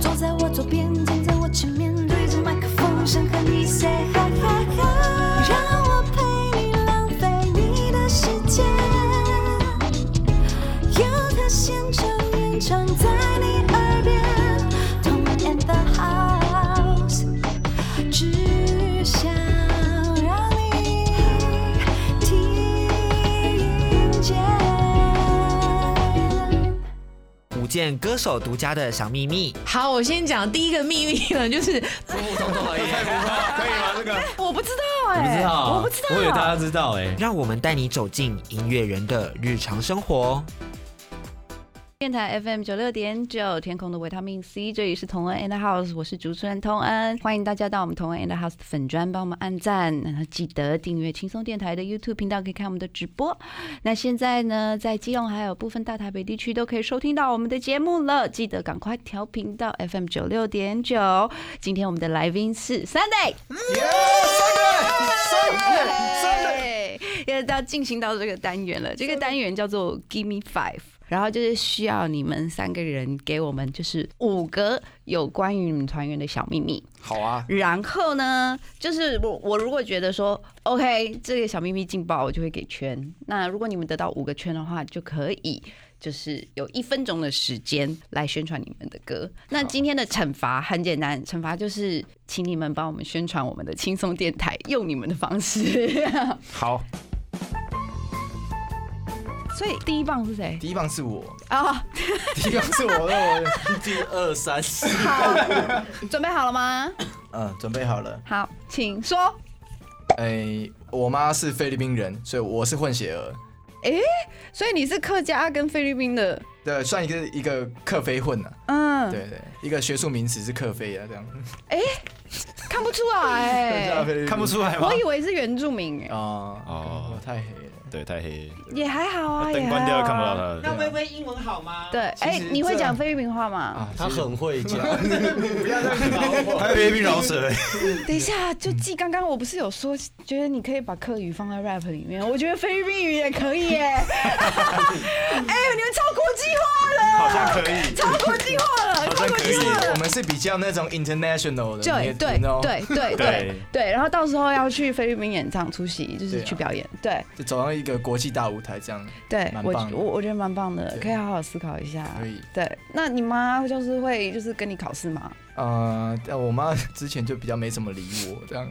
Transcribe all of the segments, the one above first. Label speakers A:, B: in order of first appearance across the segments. A: 坐在我左边，站在我前面，对着麦克风，想和你 say hi hi hi，让我陪你浪费你的时间。有他现场演唱在你耳边，Tom and the House，只想让你听见。
B: 五件歌手独家的小秘 密。
C: 好，我先讲第一个秘密了，就是
D: 普普通通而已，啊可以吗？这个
C: 我不知道哎、
D: 你不知道啊？
C: 我不知道，
D: 我以为大家知道哎。
B: 让我们带你走进音乐人的日常生活。
E: 电台 FM 九六点九，天空的维他命 C，这里是同恩 and house，我是主持人同恩，欢迎大家到我们同恩 and house 的粉砖帮我们按赞，然后记得订阅轻松电台的 YouTube 频道，可以看我们的直播。那现在呢，在基隆还有部分大台北地区都可以收听到我们的节目了，记得赶快调频到 FM 九六点九。今天我们的来宾是 Sunday。对，要到进行到这个单元了。这个单元叫做 Give Me Five，然后就是需要你们三个人给我们就是五个有关于你们团员的小秘密。
F: 好啊，
E: 然后呢，就是我我如果觉得说 OK 这个小秘密劲爆，我就会给圈。那如果你们得到五个圈的话，就可以。就是有一分钟的时间来宣传你们的歌。那今天的惩罚很简单，惩罚就是请你们帮我们宣传我们的轻松电台，用你们的方式。
F: 好，
E: 所以第一棒是谁
F: 第一棒是我，
E: 啊？
F: 第一棒是我，那我
D: 第二三四，
E: 好，准备好了吗？
F: 嗯准备好了。
E: 好，请说。
F: 哎、我妈是菲律宾人，所以我是混血儿，
E: 所以你是客家跟菲律宾的，
F: 对，算一个一个克菲混呐、
E: 嗯，
F: 对对，一个学术名词是克菲啊，这样。
E: 看不出来、欸，
F: 哎看
D: 看不出来吗
E: 我？以为是原住民、 欸，
F: 啊，
D: 哦
F: 哦，太黑了。
D: 对，太黑，
E: 也还好啊，也
D: 灯
E: 还
D: 关掉
E: 好
D: 看不到他
E: 啊。
D: 了。
C: 哎那微微英文好吗？
E: 对，哎、
F: 其实
E: 你会
F: 这
E: 讲菲律宾话吗？
F: 啊，
D: 他
F: 其实
D: 很会讲，他菲律宾饶 舌，
E: 等一下，就记刚刚我不是有说，觉得你可以把客语放在 rap 里面，我觉得菲律宾语也可以耶。哎、你们超国际化
D: 好
E: 了，
D: 像可以。
E: 超国际化了，超国际化了
F: 我。们是比较那种 international 的，你
E: 对
F: 也
E: 对
F: 你知道
E: 对对对对，然后到时候要去菲律宾演唱出席，就是
F: 对啊
E: 去表演。对
F: 就走上一个国际大舞台这样。
E: 对，
F: 蛮
E: 我
F: 棒的
E: 我我觉得蛮棒的，
F: 对
E: 可以好好思考一下。
F: 可以
E: 对，那你妈就是会就是跟你考试吗？
F: 呃，但我妈之前就比较没怎么理我 这样，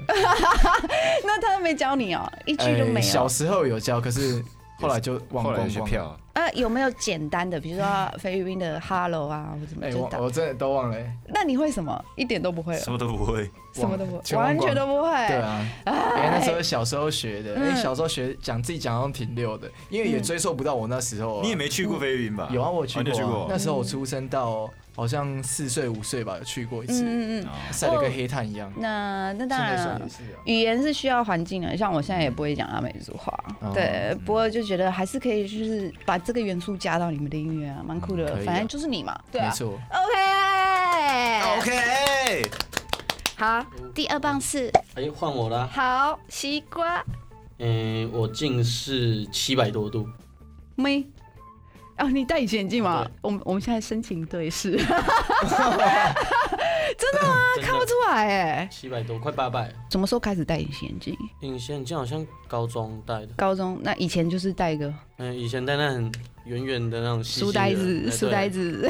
E: 那她没教你哦，一句都没
F: 哎小
E: 有。
F: 时候有教，可是后来就忘
D: 后
F: 光
D: 来有
F: 光
D: 些
F: 了。
D: 票，
E: 呃，有没有简单的，比如说菲律宾的 hello 啊，或者怎么
F: 哎、
E: 知
F: 我
E: 道？
F: 我真的都忘了、哎
E: 那你会什么？一点都不会了哦
D: 什，么都不会。
E: 什么都不
F: 忘了
E: 会，完全都不会。
F: 对啊，哎、那时候小时候学的，哎、
E: 嗯
F: 小时候学讲自己讲好像挺溜的，因为也追溯不到我那时候、啊
D: 你也没去过菲律宾吧？
F: 有啊，我去
D: 哦你
F: 过,、
D: 有去过
F: 那时候
E: 嗯
F: 我出生到好像四岁五岁吧，有去过一次，
E: 嗯嗯
D: 哦
E: 嗯。
F: 晒、得跟黑炭一样。
E: 那那当
F: 现在
E: 然
F: 算
E: 了
F: 也。是啊。
E: 语言是需要环境的，像我现在也不会讲阿美族话，
F: 哦
E: 对，不过就觉得还是可以，就是把这个元素加到你们的音乐啊，蛮酷的。
F: 可以啊
E: 反正就是你嘛，对
F: 没
E: 啊。
F: 错，
E: OK，
D: OK，
E: 好，第二棒是
G: 哎，换我啦。
E: 好西瓜
G: 嗯、我近视七百多度，
E: 妹。哦，你戴隐形眼镜吗？我们我们现在深情对视，
G: 真
E: 看不
G: 的
E: 出来哎。
G: 七百多，快八百。
E: 什么时候开始戴隐形眼镜？
G: 隐形眼镜好像高中戴的，
E: 高中那以前就是戴一个
G: 嗯、以前戴那很圆圆的那种细细
E: 书
G: 的
E: 呆子，
G: 哎
E: 书
G: 对
E: 呆子，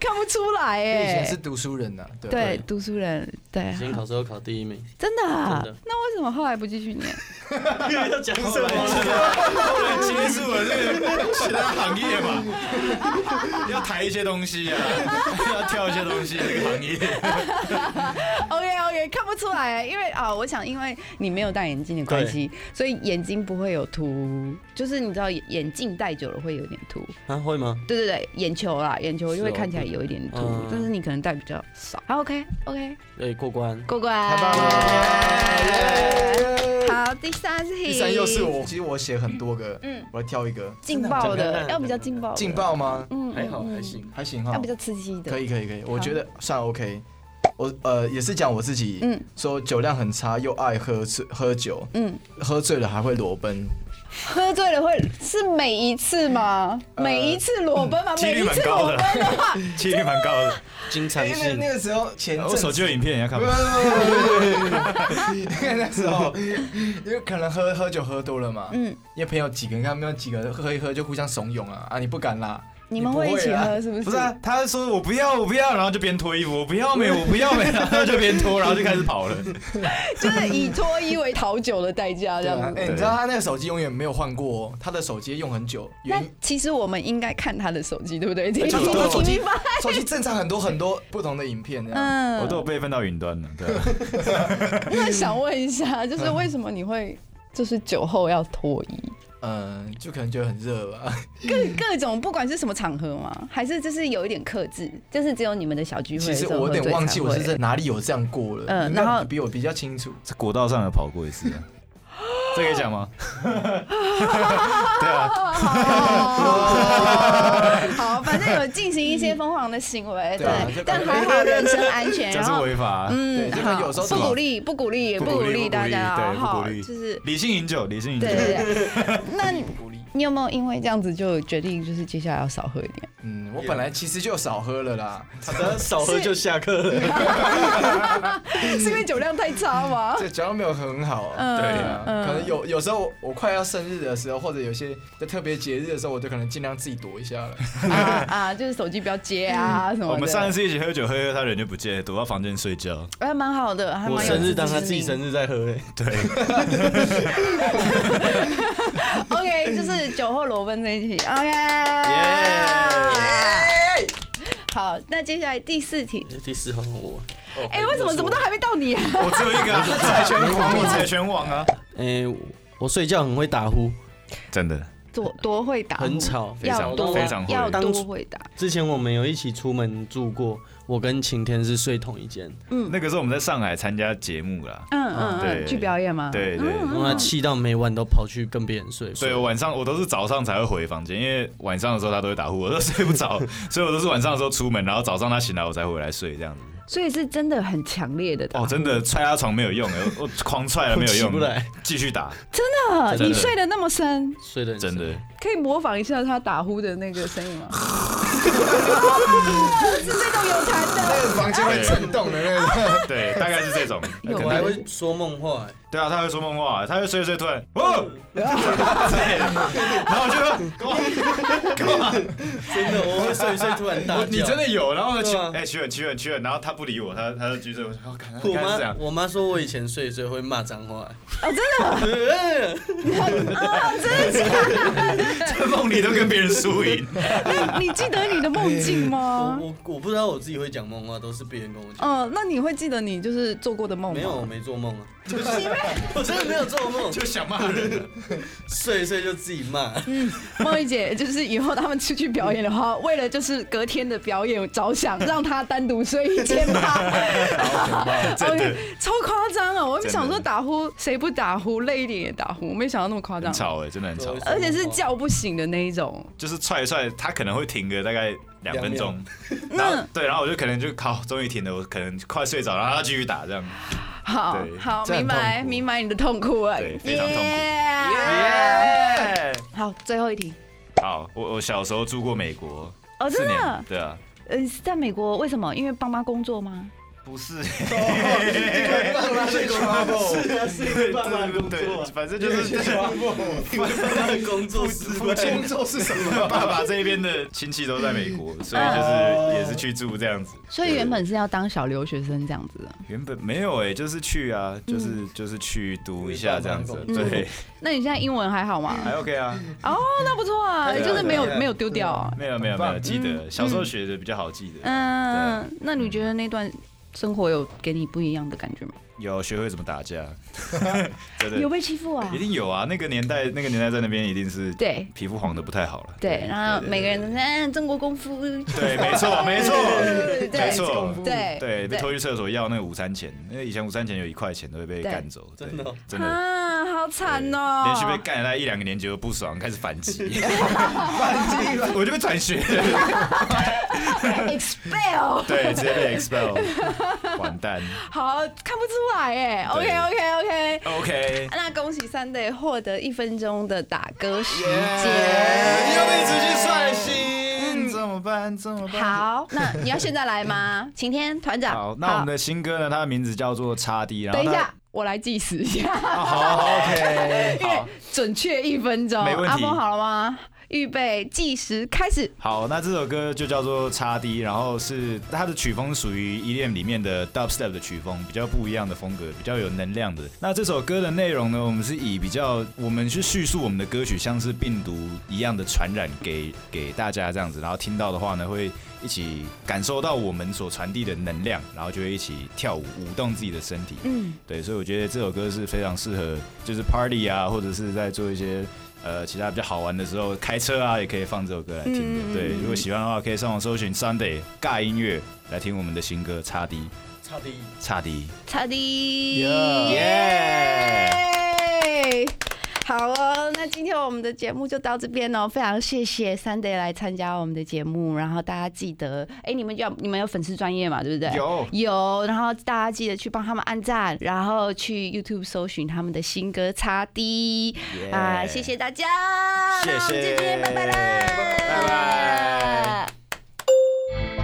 E: 看不出来
F: 因为以前
E: 哎
F: 是。读书人呐、啊对
E: 对，读书人，对
G: 以，前考试都考第一名，
E: 真的啊？
G: 真的
E: 那为什么后来不继 续念？
G: 要讲 什么？
D: 后来结束了这个 其他行业嘛，要抬一些东西啊， 要跳一些东西，这个行业。
E: OK OK，看不出来，因为啊，我想因为你没有戴眼镜的关系，所以眼睛不会有凸，就是你知道眼眼镜戴久了会有点凸，
G: 啊，会吗？
E: 对对对，眼球啦，眼球就会
G: 是哦
E: 看起来有一点凸，
G: 嗯
E: 但是你可能戴比较少。好，OK OK，
G: 哎、过关。
E: 过关
F: 太棒了耶
E: 耶
H: 好，第三题，
F: 第三又是我，其实我写很多个，嗯，我来挑一个，
E: 劲爆
G: 真的
E: 的，要比较劲爆的，
F: 劲爆吗？
E: 嗯，嗯
G: 还好
E: 嗯
G: 还行。
F: 还行哈
E: 要比，较刺激的，
F: 可以可以可以，我觉得算 OK。我呃也是讲我自己，
E: 嗯
F: 说酒量很差，又爱喝醉喝酒，
E: 嗯，
F: 喝醉了还会裸奔，
E: 喝醉了会是每一次吗？
F: 呃
E: 每一次裸奔吗？
D: 几
E: 啊每
D: 率
E: 一
D: 蛮
E: 次
D: 高
E: 裸
D: 的
E: 奔的话，
D: 几率蛮高的。哦
G: 经常
F: 因为
G: 性
F: 那个时候前阵
D: 我
F: 子
D: 手机有影片，你要看
F: 不
D: 吗？
F: 不不不不不不因为 那时候，因为可能喝喝酒喝多了嘛，嗯，因为朋友几个，你看没有几个喝一喝就互相怂恿啊，啊你不敢啦，
E: 你们
F: 不
E: 会一起
F: 啦
E: 喝是不 是？
D: 不是啊，他说我不要，我不要，然后就边脱衣服，我不要 没，我不要没，然后就边脱，然后就开始跑了。
E: 嗯就是以脱衣为讨酒的代价这
F: 对
E: 样
F: 啊
E: 子。
F: 哎，你知道他那个手机永远没有换过哦，他的手机用很久，原
E: 那
F: 因
E: 其实我们应该看他的手机，对不 对？听
F: 就
E: 听
F: 是我手
E: 听
F: 机
E: 听吧。
F: 手机正常很多很多不同的影片这样，
D: 我都
E: 嗯，
D: 有备份到云端了，对啊。
E: 那想问一下，就是为什么你会就是酒后要脱衣？
F: 嗯，就可能觉得很热吧，
E: 各种不管是什么场合吗？还是就是有一点克制？
H: 就是只有你们的小聚会
F: 其
H: 的时
F: 实
H: 候
F: 我
H: 喝醉才会，
F: 有点忘记我是在哪里有这样过了，
H: 嗯
F: 应该
H: 然后
F: 你比我比较清楚，
D: 在国道上有跑过一次、 啊，这可以讲吗？对啊，
E: 哦 好，反正有进行一些疯狂的行为，
F: 对啊就
E: 对，但还好人身安全，
D: 这
E: 然
D: 是
E: 后。
D: 违法、
E: 哎
D: 啊
E: 嗯
F: 对就跟
E: 好
F: 有时候啊
E: 不
F: 是吧
E: 鼓励，不鼓励，
D: 不
E: 鼓
D: 鼓励
E: 励
D: 不鼓
E: 大
D: 励
E: 家，
D: 对不
E: 好，
D: 鼓励
E: 就是
D: 理性饮酒，理性饮酒。
E: 对对 对。那
F: 不鼓励。
E: 你有没有因为这样子就决定，就是接下来要少喝一 点？
F: 嗯，我本来其实就少喝了啦，
G: 好的，少喝 就下课了。
E: 是因为酒量太差 吗？
F: 这酒量没有很好、啊，
H: 嗯
D: 对
F: 对
D: 啊
F: 啊，可能有有时候我快要生日的时候，或者有些在特别节日的时候，我就可能尽量自己躲一下 了。
E: 啊啊，就是手机不要接
F: 嗯
E: 啊什么的。
D: 我们上一次一起喝酒，喝一喝他人就不见了，躲到房间睡 觉。
E: 还哎蛮好的，还蛮有
G: 我生
E: 自
G: 日
E: 知
G: 当他
E: 之
G: 自己
E: 明
G: 生日在喝、欸，
D: 对，
E: OK，就是酒后裸奔这一题。OK，好，那接下来第四题。
G: 第四号我，
E: 哎、为什么怎么都还没到你啊？
D: 我只有 一个、啊、彩拳王， 我彩拳王
E: 嗯
D: 啊，
G: 哎、我我睡觉很会打呼，
D: 真的。
E: 多多会打呼，
G: 很吵，
D: 非常
E: 要多
D: 非常会
E: 要
G: 当
E: 多
G: 初
E: 会打。
G: 之前我们有一起出门住过，我跟晴天是睡同一间，
D: 那个时候我们在上海参加节目啦，
E: 嗯嗯
D: 对
E: 嗯，去表演吗？
D: 对对。
G: 然后他气到每晚都跑去跟别人睡。
D: 对，晚上我都是早上才会回房间，因为晚上的时候他都会打呼，我都睡不着， 所以我都是晚上的时候出门，然后早上他醒来我才回来睡这 样子。
H: 所以是真的很强烈的打
D: 哦，真的踹他床没有用，哎我我狂踹了没有
G: 起
D: 用
G: 不，来，
D: 继续 打，
E: 啊
D: 真的
E: 你睡得那么深，
G: 睡得很
D: 真的。
E: 可以模仿一下他打呼的那个声音吗？ 是这种有痰的。
D: 哎
F: 那个房间会震动的那个，
D: 对，大概是这种。
G: 深，我
E: 欸
G: 还会说梦话、欸，
D: 对啊，他会说梦话，他会睡一睡突 然哦，之类的然后我就说干嘛干嘛？
G: 真的，我会睡一睡突然大
D: 我
G: 叫。
D: 你真的有？然后呢？
G: 对啊
D: 哎，屈远屈远屈远，然后他不理我，他他就举着我说，哦干
G: 我
D: 干是这
G: 妈
D: 样，。
G: 我妈说我以前睡一睡会骂脏话、
D: 在梦里都跟别人输赢，
E: 哎你你记得你的梦境吗？
D: 哎
G: 我我我不知道我自己会讲梦话，都是别人跟我讲。
E: 嗯，那你会记得你就是做过的梦吗？
G: 没有，我没做梦啊，我真的没有做梦，
D: 就想骂人。
G: 睡一睡就自己骂。
E: 梦怡姐，就是以后他们出去表演的话，为了就是隔天的表演着想，让她单独睡一间吧。
D: 真的
E: OK，超哦夸张哦！我
D: 真的
E: 想说打呼，谁不打呼？累一点也打呼，没想到那么夸
D: 很，
E: 张
D: 吵哎，真的很吵，
E: 而且是叫不醒的那一种。
D: 就是踹一踹，他可能会停个大概两分钟，然
H: 嗯
D: 后对，然后我就可能就靠，终于停了，我可能快睡着，然后他继续打这样，
E: 好
D: 对
E: 好，
F: 这很
E: 明白
F: 痛苦
E: 明白你的痛苦了，
D: 对非常痛苦
E: Yeah
D: 耶
H: 好，最后一题。
D: 好，我我小时候住过美国
H: 哦，
D: 四
H: 真
D: 年
H: 的，，
D: 对啊，
H: 呃，是在美国为什么？因为爸妈工作吗？
D: 不是，
F: 让他去 trouble，
G: 是爸爸工
D: 对，
G: 作，
D: 反正就是就是
G: 爸爸工作是
F: 父亲做是什么？
D: 爸爸这边的亲戚都在美国，所以就是也是去住这样子。
H: 嗯哦所以原本是要当小留学生这样子的。
D: 原本没有哎，就是去啊，
H: 嗯
D: 就是就是去读一下这样子，
G: 嗯
D: 对，
E: 那你现在英文还好吗？
D: 还 OK 啊，
E: 哦，那不错啊，
D: 对啊
E: 就是没有
G: 对啊
E: 没有丢掉啊。
D: 没有没有没有，记得小时候学的比较好记得，
H: 嗯，那你觉得那段生活有给你不一样的感觉吗？
D: 有学会怎么打架，真
H: 有
D: 的
H: 被欺负啊
D: 一？定有啊，那个年代那个年代在那边一定是
H: 对
D: 皮肤黄的不太好了，
H: 对，然后
D: 对对
H: 每个人都在嗯中国功夫，
D: 对，没错没错
E: 对
D: 没错。
E: 对
D: 对，被拖去厕所要那个午餐钱，因为以前午餐钱有一块钱都会被
H: 对
D: 干走，对
G: 真的哦
D: 真的
E: 啊，好惨
D: 连续被
E: 哦！
D: 干了大概一两个年级，我不爽，开始反击，
I: 反击
D: 我就被转学了，
E: expel，
D: 对，直接被 expel，完蛋。
E: 好看不出来哎。
D: 对
E: OK OK OK，
D: OK，
E: 那恭喜三队获得一分钟的打歌时
D: 哎又
E: 间。
D: 被直接率先，怎么办？怎么办？
E: 好，那你要现在来吗？晴天团长，
D: 好，那我们的新歌呢？它的名字叫做《叉 D》，然后
E: 等一
D: 它
E: 下，我来计时一下，
D: 啊 好，OK，
E: 因为准确一分钟。
D: 没问题
E: 阿峰好了吗？预备，计时开始。
D: 好，那这首歌就叫做《叉 D》，然后是它的曲风属于 EDM 里面的 Dubstep 的曲风，比较不一样的风格，比较有能量的。那这首歌的内容呢，我们是以比较，我们去叙述我们的歌曲像是病毒一样的传染给给大家这样子，然后听到的话呢，会一起感受到我们所传递的能量，然后就会一起跳舞舞动自己的身体。
E: 嗯，
D: 对，所以我觉得这首歌是非常适合，就是 party 啊，或者是在做一些呃其他比较好玩的时候，开车啊也可以放这首歌来听的。
E: 嗯嗯嗯
D: 对，如果喜欢的话，可以上网搜寻 Sunday 尬音乐来听我们的新歌《差 D
I: 差第一。
D: 差 D》。
E: 差的。
D: 耶！
E: 耶！好哦，那今天我们的节目就到这边哦，非常谢谢 Sunday 来参加我们的节目，然后大家记得，哎，你们要你们有粉丝专业嘛，对不对？
D: 有
E: 有，然后大家记得去帮他们按赞，然后去 YouTube 搜寻他们的新歌《擦 D》啊，谢谢大家，
D: 谢
E: 那我们
D: 谢
E: 今天拜拜啦，
D: 拜拜。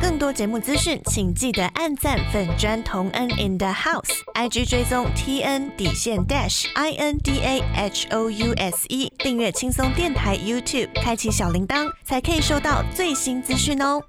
J: 更多节目资讯，请记得按赞粉砖同恩 in the house，IG 追踪 T N 底线 dash I N D A H O U S E，订阅轻松电台 YouTube，开启小铃铛，才可以收到最新资讯哦。